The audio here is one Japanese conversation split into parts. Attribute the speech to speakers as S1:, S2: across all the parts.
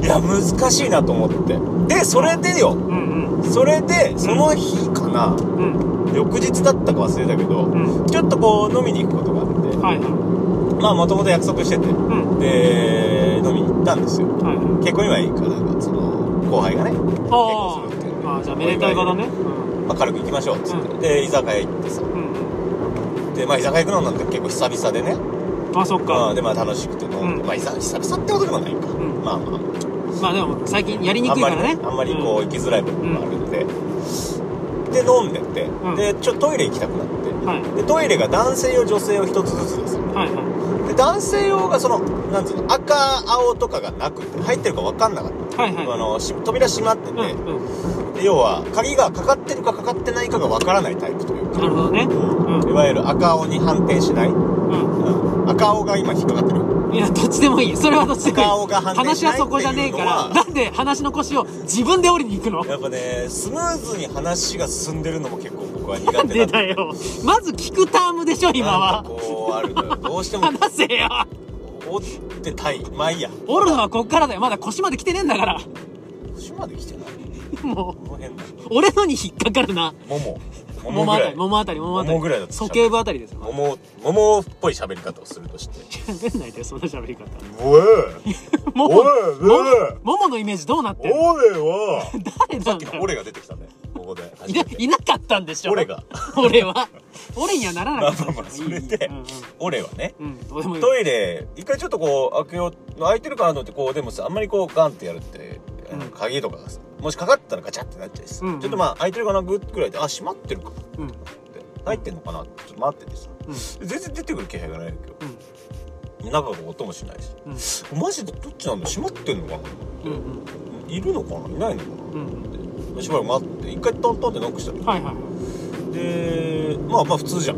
S1: いや難しいなと思ってでそれでよ
S2: うん
S1: それでその日かな、
S2: うんうん
S1: 翌日だったか忘れたけど
S2: うん
S1: ちょっとこう飲みに行くことがあって
S2: はいはい
S1: まあもともと約束してて
S2: うん
S1: で飲みに行ったんですよ
S2: はいはい
S1: 結婚祝いかなんかその後輩がね結
S2: あ
S1: 婚するっていうんで
S2: ああーじゃあめでたいからねうん
S1: まあ、軽く行きましょうっつって、
S2: う
S1: で居酒屋行ってさ
S2: うん
S1: でまあ居酒屋行くのなんて結構久々でね、
S2: あそっ
S1: ま
S2: か
S1: あ、でまあ楽しくて飲んで、
S2: うん
S1: まあいざ久々ってことでもないか、
S2: ん
S1: まあまあ
S2: まあでも最近やりに
S1: あ
S2: く
S1: ん
S2: い
S1: ま
S2: か
S1: り
S2: らね
S1: あんまりこう行きづらい部分があるんで、で飲んでって、
S2: ん
S1: でちょっとトイレ行きたくなって、
S2: うんはい
S1: でトイレが男性用女性用一つずつですよ
S2: はいは
S1: で男性用がそのなんつうの赤青とかがなくて入ってるか分かんなかった、
S2: いはい
S1: あ
S2: は
S1: のし扉閉まってて、
S2: いうんうん
S1: で要は鍵がかかってるかかかってないかが分からないタイプという
S2: なるほ
S1: か、
S2: どね
S1: うんいわゆる赤青に反転しない、うん赤青が今引っかかってる
S2: うんいやどっちでもいいそれはどっちでもいい
S1: 赤青が反転し
S2: 話
S1: ない
S2: はそこじゃねえか
S1: っていう
S2: ら
S1: のは
S2: なんで話の腰を自分で折りに行くの
S1: やっぱねスムーズに話が進んでるのも結構僕は苦手
S2: な
S1: なんん
S2: でだよまず聞くタームでしょ今
S1: なんか
S2: は
S1: こうあるのよどうしても
S2: 話せよ
S1: 折ってたいまあいいや
S2: 折るのはこっからだよまだ腰まで来てねえんだから
S1: 腰まで来てない
S2: もう
S1: この辺だ
S2: 俺のに引っかかるな
S1: ももも
S2: 桃
S1: も
S2: あ
S1: ぐ
S2: た
S1: ら
S2: り
S1: い
S2: 桃あたり桃あたり
S1: 桃ぐらいだった
S2: 鼠径部あたりですよ
S1: ももももっぽい喋り方をするとして
S2: 喋んないでそんな喋り方
S1: おえ
S2: も
S1: おい
S2: も
S1: ねえ
S2: 桃のイメージどうなってんの
S1: おれは
S2: 誰なんだよ
S1: 俺が出てきたねここで初
S2: い
S1: め
S2: な
S1: て
S2: いなかったんでしょ
S1: 俺が
S2: 俺は俺にはなら
S1: ま
S2: な
S1: あ
S2: い
S1: まあまあそれで
S2: うんうん
S1: 俺はね
S2: うんどうでもいい
S1: トイレ一回ちょっとこう開けよう開いてるかなと思ってこうでもさあんまりこうガンってやるって、あの
S2: うん
S1: 鍵とかがさもしかかったらガチャってなっちゃうしさ、
S2: うんうん
S1: ちょっとまあ開いてるかなぐらいであ閉まってるかって
S2: うんうん
S1: 入ってんのかなってちょっと待っててさ全然出てくる気配がないわけよ中が音もしないし
S2: うん
S1: マジでどっちなんだ閉まってんのか
S2: うん
S1: ないるのかないないのかな
S2: うんうん
S1: でしばらく待って一回トントンってノックしたの
S2: はいはい
S1: でまあまあ普通じゃん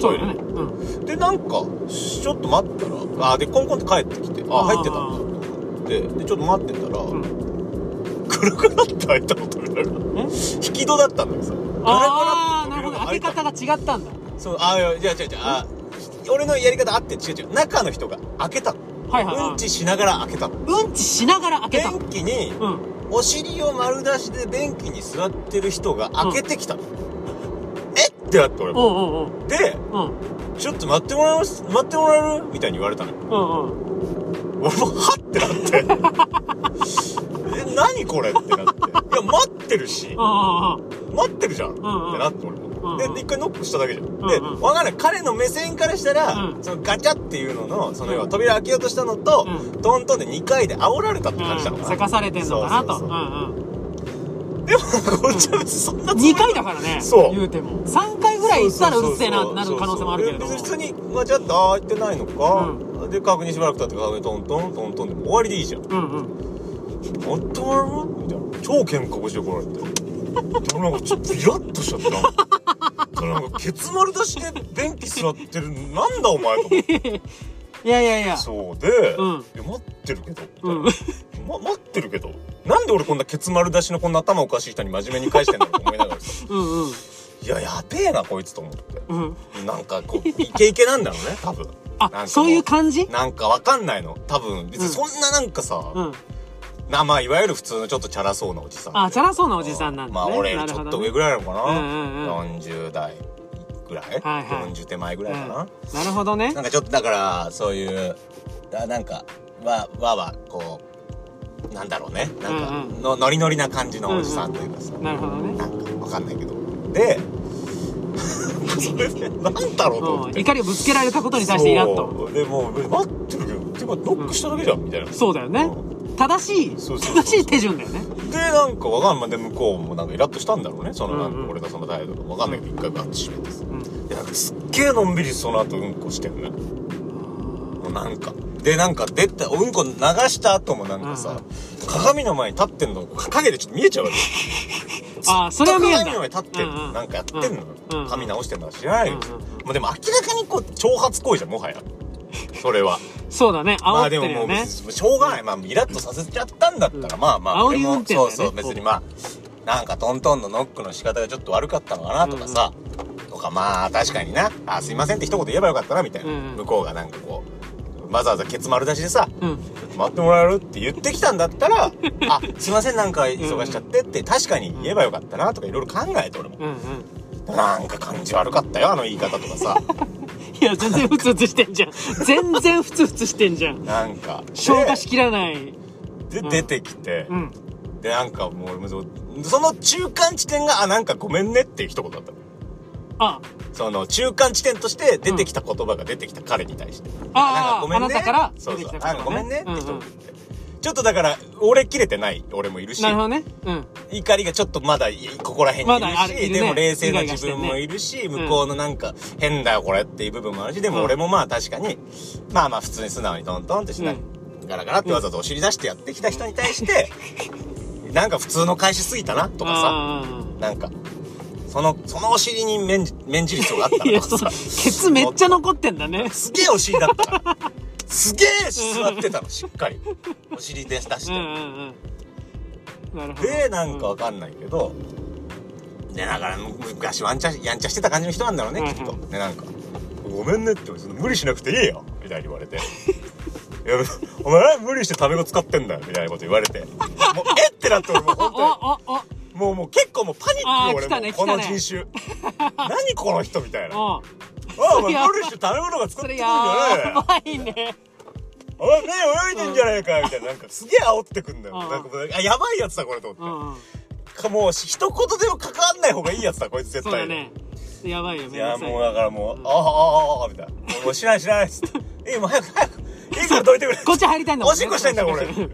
S2: そうだねうん
S1: でなんかちょっと待ったらあでコンコンって帰ってきてあ
S2: あー
S1: 入ってたんだと思ってででちょっと待ってたら、
S2: うん
S1: 暗くなって開いたの扉が
S2: え
S1: 引き戸だったんだけどさ
S2: ああ
S1: ガ
S2: な
S1: ラ
S2: る
S1: ガラって扉が
S2: ほど
S1: 開
S2: 開
S1: い
S2: け
S1: た
S2: 方が違ったんだ
S1: そうあいや違う違う違うあ俺のやり方あって違う違う中の人が開けたの
S2: はいはいはい
S1: うんちしながら開けたの
S2: うんちしながら開けた
S1: 便器に
S2: うん
S1: お尻を丸出しで便器に座ってる人が開けてきたの、えってなって俺も
S2: おうおうおう
S1: で
S2: うん
S1: ちょっと待ってもらえます待ってもらえるみたいに言われたのよ
S2: うんうん
S1: 俺もはってなって え何これってなっていや待ってるし
S2: ああ
S1: 待ってるじゃんって
S2: うん
S1: なって俺も
S2: うんうん
S1: で一回ノックしただけじゃんで
S2: うんうん
S1: わかんない彼の目線からしたら
S2: うん
S1: そのガチャっていうののその要は扉開けようとしたのと
S2: う
S1: トントンで2回で煽られたって感じだの
S2: うん、
S1: かな
S2: せかされてんのかな
S1: そ
S2: と
S1: うそうそう
S2: うん
S1: でも こっちは別にそんな
S2: うん
S1: つもり
S2: 2回だからね
S1: そう
S2: 言うても3回ぐらい行ったらうるせえなってなる可能性もあるけれども
S1: そうそうそうそう別に普通にガチャッと開いてないのかで確認しばらく経って確認トントントントンでも終わりでいいじゃん
S2: うんうん
S1: あったまるみたいな超喧嘩腰で来られてでもなんかちょっとイラッとしちゃってなんかそれなんかケツ丸出しで便器座ってるなんだお前と思って
S2: いやいやいや
S1: そうで、
S2: うん
S1: いや待ってるけどみたいな、
S2: うん
S1: ま、待ってるけどなんで俺こんなケツ丸出しのこんな頭おかしい人に真面目に返してんだろうと思いながらさ
S2: うんうん
S1: いややべえなこいつと思って
S2: うん
S1: なんかこうイケイケなんだろうね多分なんかも
S2: あそういう感じ
S1: なんかわかんないの多分別にそんななんかさ、
S2: うん
S1: なまあいわゆる普通のちょっとチャラそうなおじさん
S2: あチャラそうなおじさんなんだね
S1: まあ俺よ
S2: な
S1: りちょ
S2: るほ
S1: っ
S2: ど
S1: と
S2: ね
S1: 上ぐらいなのかな、
S2: うんうん
S1: 40代ぐらい、
S2: はいはい
S1: 40手前ぐらいかな、
S2: うんなるほどね
S1: なんかちょっとだからそういうあなんかわわわこうなんだろうねなんか
S2: うんうん
S1: の、ノリノリな感じのおじさんというかさ、
S2: なるほどね
S1: なんかわかんないけどで それでなんだろうと思
S2: う
S1: っ
S2: ん
S1: て、
S2: 怒りをぶつけられたことに対してイラッと
S1: そうでもう待ってるけどてかノックしただけじゃん、みたいな
S2: そうだよね正しい
S1: そうそうそう
S2: 正しい手順だよね
S1: でなんかわかんないで向こうもなんかイラッとしたんだろうねそのなん
S2: うんう
S1: か
S2: ん
S1: 俺がその態度がわかんないけど一回ガッチ閉めてさ
S2: うん
S1: でなんかすっげえのんびりその後うんこしてるねもうなんかでなんか出たうんこ流した後もなんか
S2: うん
S1: さ鏡の前に立ってんの影でちょっと見えちゃうわけ
S2: ああそれは見えんだ
S1: 鏡の前に立ってんの、
S2: うんうん
S1: なんかやってんのよ、
S2: うんうん
S1: 髪直してんのか知らないよ、
S2: うんうん
S1: もうでも明らかにこう挑発行為じゃんもはやそれは
S2: そうだね
S1: ま
S2: 煽
S1: あ
S2: って
S1: でも
S2: る
S1: も
S2: よ
S1: う
S2: ね
S1: 別にしょうがないまあイラッとさせちゃったんだったら、まあまあ
S2: 煽
S1: 俺
S2: り
S1: も
S2: 運転だよ
S1: そうそ
S2: ね
S1: う別にまあなんかトントンのノックの仕方がちょっと悪かったのかなとかさ、とかまあ確かになあすいませんって一言言えばよかったなみたいな、
S2: うんうん
S1: 向こうがなんかこうわざわざケツ丸出しでさ
S2: うん
S1: 回ってもらえるって言ってきたんだった ら、あ、すいません、なんか忙しちゃってって、確かに言えばよかったなとかいろいろ考えて俺も。
S2: うんうん
S1: なんか感じ悪かったよ、あの言い方とか さ。
S2: いや全然ふつふつしてんじゃん全然ふつふつしてんじゃん
S1: なんか。
S2: 消化しきらない
S1: で、で
S2: うん
S1: 出てきて
S2: う、ん
S1: で、なんかもう俺もそう、その中間地点が、あ、なんかごめんねっていう一言だったの。
S2: あ
S1: その中間地点として出てきた言葉が出てきた彼に対して。
S2: あああなたから
S1: そうそう。
S2: 出てきた
S1: あ
S2: 言葉
S1: ごめ
S2: ね
S1: んねって一言言って
S2: う
S1: ちょっとだから、俺切れてない俺もいるし、
S2: なるほどねうん
S1: 怒りがちょっとまだいここら辺にいるし、
S2: まだあるいるね
S1: でも冷静な自分もいるし、
S2: ガしてんね
S1: 向こうのなんか変だよこれっていう部分もあるし、でも俺もまあ確かに、まあまあ普通に素直にトントンってしない、ガラガラってわざとお尻出してやってきた人に対 して、なんか普通の返しすぎたなとかさ、
S2: あー
S1: なんか、その、そのお尻に免じ免じる必要があった
S2: い
S1: な
S2: や
S1: と
S2: そ
S1: か
S2: う
S1: さ
S2: ケ。ツめっちゃ残ってんだね
S1: すげえお尻だったから。すげえ座ってたの、しっかり。お尻で出し
S2: うんう
S1: て。
S2: んうんなるほど
S1: で、なんかわかんないけど、で、だから昔ワンチャ、やんちゃしてた感じの人なんだろうね、きっと
S2: う。
S1: で、なんか、ごめんねって、その無理しなくていいよ、みたいに言われ て。いやお前無理してタメ語使ってんだよみたいなこと言われてもうえってなって俺もう本
S2: お
S1: 当に
S2: おお
S1: もうもう結構もうパニックよ
S2: あー来たね
S1: 俺もこの
S2: 来たね
S1: 人種 何この人みたいなあ
S2: お
S1: お前無理してタメ語とか使っ
S2: そ
S1: てく
S2: れ
S1: んじ
S2: や
S1: ゃねえよ
S2: ばいね
S1: お前目泳いでんじゃないかみたいな、なんかすげえ煽ってくんだよ。
S2: うん
S1: なんかもうあ、やばいやつだこれと
S2: う
S1: 思って。
S2: んうん
S1: かもう、一言でも関わんない方がいいやつだ、こいつ絶
S2: そ
S1: 対。
S2: うだねやばいよ
S1: い
S2: めん
S1: や、
S2: どくさい
S1: もうだからもう、
S2: ん
S1: ああ、ああ、ああ、みたいな。もうもう知らない知らないっつって。え、もう早く早く。いいからどいてくれ。
S2: こっち入りたいんだもん
S1: お
S2: ね
S1: しっこしたいんだ、これ。ちょっ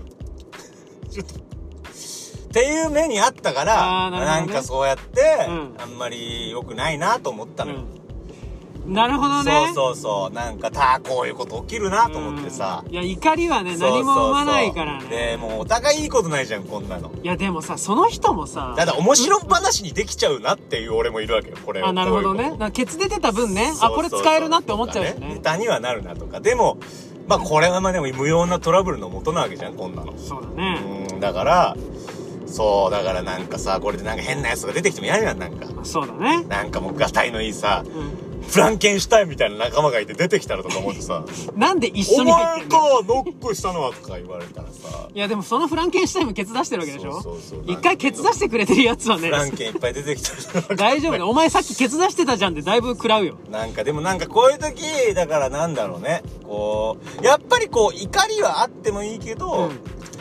S1: と。っていう目にあったから、
S2: あーなるほ
S1: な
S2: ど
S1: ん
S2: ね
S1: かそうやって、
S2: うん
S1: あんまり良くないなと思ったのよ。
S2: うんなるほどね
S1: そうそうそう。なんか、たあ、こういうこと起きるなと思ってさ。
S2: うんいや怒りはね
S1: そうそう
S2: 何
S1: そう
S2: も生まないから
S1: で
S2: ね
S1: もうお互いいいことないじゃんこんなの
S2: いやでもさその人もさ
S1: ただ面白話にできちゃうなっていう俺もいるわけよこれ
S2: あなるほど
S1: こう
S2: ね
S1: いうこ
S2: なんかケツ出てた分ね
S1: と
S2: あこれ使えるなって思っちゃうよ
S1: とか
S2: ね
S1: ネタにはなるなとかでもまあこれはまあでも無用なトラブルの元なわけじゃんこんなの
S2: そうだね
S1: うんだからそうだからなんかさこれでなんか変なやつが出てきても嫌じゃんなんか
S2: そうだね
S1: なんかもうガタイのいいさ
S2: うん
S1: フランケンシュタインみたいな仲間がいて出てきたらとか思ってさ「
S2: なん で一緒
S1: お
S2: に入っ
S1: 前
S2: てん
S1: か
S2: の
S1: ノックしたのは」とか言われたらさ
S2: いやでもそのフランケンシュタインもケツ出してるわけでし
S1: そ
S2: ょ
S1: うそうそう
S2: 一回ケツ出してくれてるやつはね
S1: フランケンいっぱい出てきたら
S2: 大丈夫だよお前さっきケツ出してたじゃんでだいぶ食らうよ
S1: なんかでもなんかこういう時だからなんだろうねこうやっぱりこう怒りはあってもいいけど、
S2: うん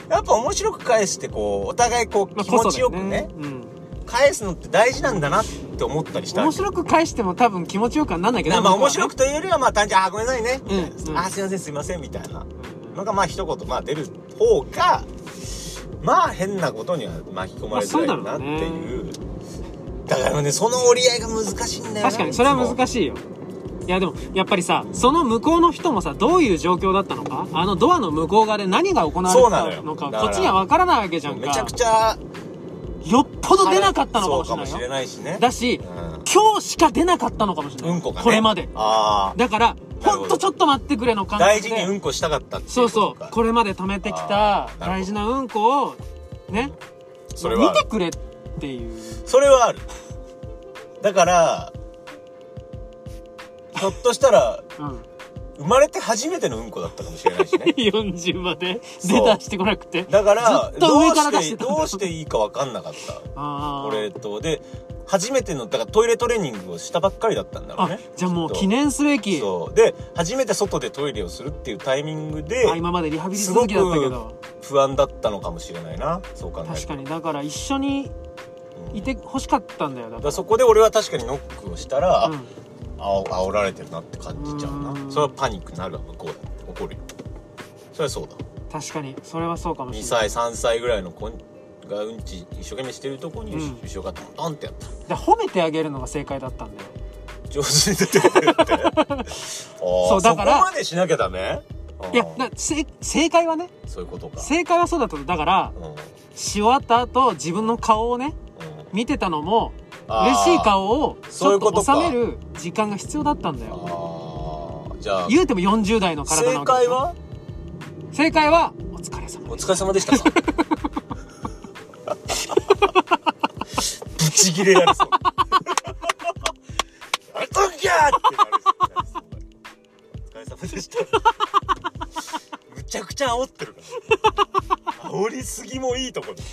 S1: やっぱ面白く返してこうお互いこう
S2: まあ
S1: 気持ちよくね,、
S2: こそだよね
S1: 返すのって大事なんだなって思ったりし
S2: うん
S1: た
S2: 面白く返しても多分気持ちよくはなんないけど
S1: なまあ面白
S2: く
S1: くというよりはまあ単純に「あーごめんなさいね」みたいな
S2: うんうん
S1: あーすいませんすいません」みたいなのがまあ一言まあ出る方がまあ変なことには巻き込まれづらいなっていう。だからね、その折り合いが難しいんだよな
S2: 確かにそれは難
S1: い
S2: しいよいやでもやっぱりさその向こうの人もさどういう状況だったのかあのドアの向こう側で何が行わ
S1: そうなの
S2: れて
S1: よ
S2: たのか
S1: だか
S2: こ
S1: ら
S2: っちには分からないわけじ
S1: つ
S2: ゃ
S1: も
S2: んか
S1: めちゃくちゃ
S2: よっぽど出なかったのかもし
S1: そうかもしれ
S2: れないよ
S1: ないしね
S2: だし
S1: う
S2: 今日しか出なかったのかもしれ
S1: ん、
S2: な
S1: う
S2: い
S1: んこがね
S2: これまで
S1: ああ
S2: だから
S1: なるほど
S2: ほんとちょっと待ってくれの感
S1: 大
S2: じ
S1: 事
S2: で
S1: にうんこしたかったってい
S2: そうそ
S1: こと
S2: う
S1: か
S2: これまで貯めてき
S1: あーなるほど
S2: た大事なうんこをね
S1: それはある
S2: 見てくれっていう
S1: それはあるだからひょっとしたら
S2: うん
S1: 生まれて初めてのうんこだったかもしれない しね
S2: 40まで出
S1: そう
S2: だしてこなくて
S1: だから
S2: ずっと上から出してたん
S1: どうして
S2: だ
S1: どうしていいか分かんなかった
S2: あ
S1: 俺
S2: ー
S1: とで初めてのだからトイレトレーニングをしたばっかりだったんだろう
S2: あ
S1: ね
S2: じゃあもう記念すべき
S1: そうで初めて外でトイレをするっていうタイミングで
S2: あ今までリハビリ続きだったけ
S1: すご
S2: ど
S1: 不安だったのかもしれないなそう考えると
S2: 確かにだから一緒に
S1: うん
S2: いてほしかったんだよだ
S1: だか
S2: か
S1: ら
S2: ら
S1: そこで俺は確かにノックをしたら、
S2: うん
S1: あ煽られてるなって感じちゃうな
S2: うん
S1: それはパニックになるわ向こうだって怒るよそれはそうだ
S2: 確かにそれはそうかも
S1: 2
S2: しれない
S1: 歳3歳ぐらいの子がうんち一生懸命してるとこに
S2: うん
S1: 後ろがトントンってやった
S2: だから褒めてあげるのが正解だったんだよ
S1: 上手に出てくれって ああ
S2: そうだから
S1: そこまでしなきゃダメああ
S2: いやだせ正解はね
S1: そういうことか
S2: 正解はそうだっただから
S1: うんうん
S2: し終わった後自分の顔をね見てたのも
S1: あ
S2: 嬉
S1: あ
S2: しい顔をち
S1: そうい
S2: ょ
S1: う
S2: っ
S1: こと
S2: と
S1: か
S2: 収める時間が必要だったんだよ
S1: ああじゃあ
S2: 言うても40代の体
S1: 正
S2: なわけで
S1: 解
S2: しょ
S1: は
S2: 正解はお疲れ様
S1: お疲れ様でしたかブチギレやりそう。 あれとんきゃーってなりそう。お疲れ様でした。むちちゃくちゃ煽ってるから煽りすぎもいいとこで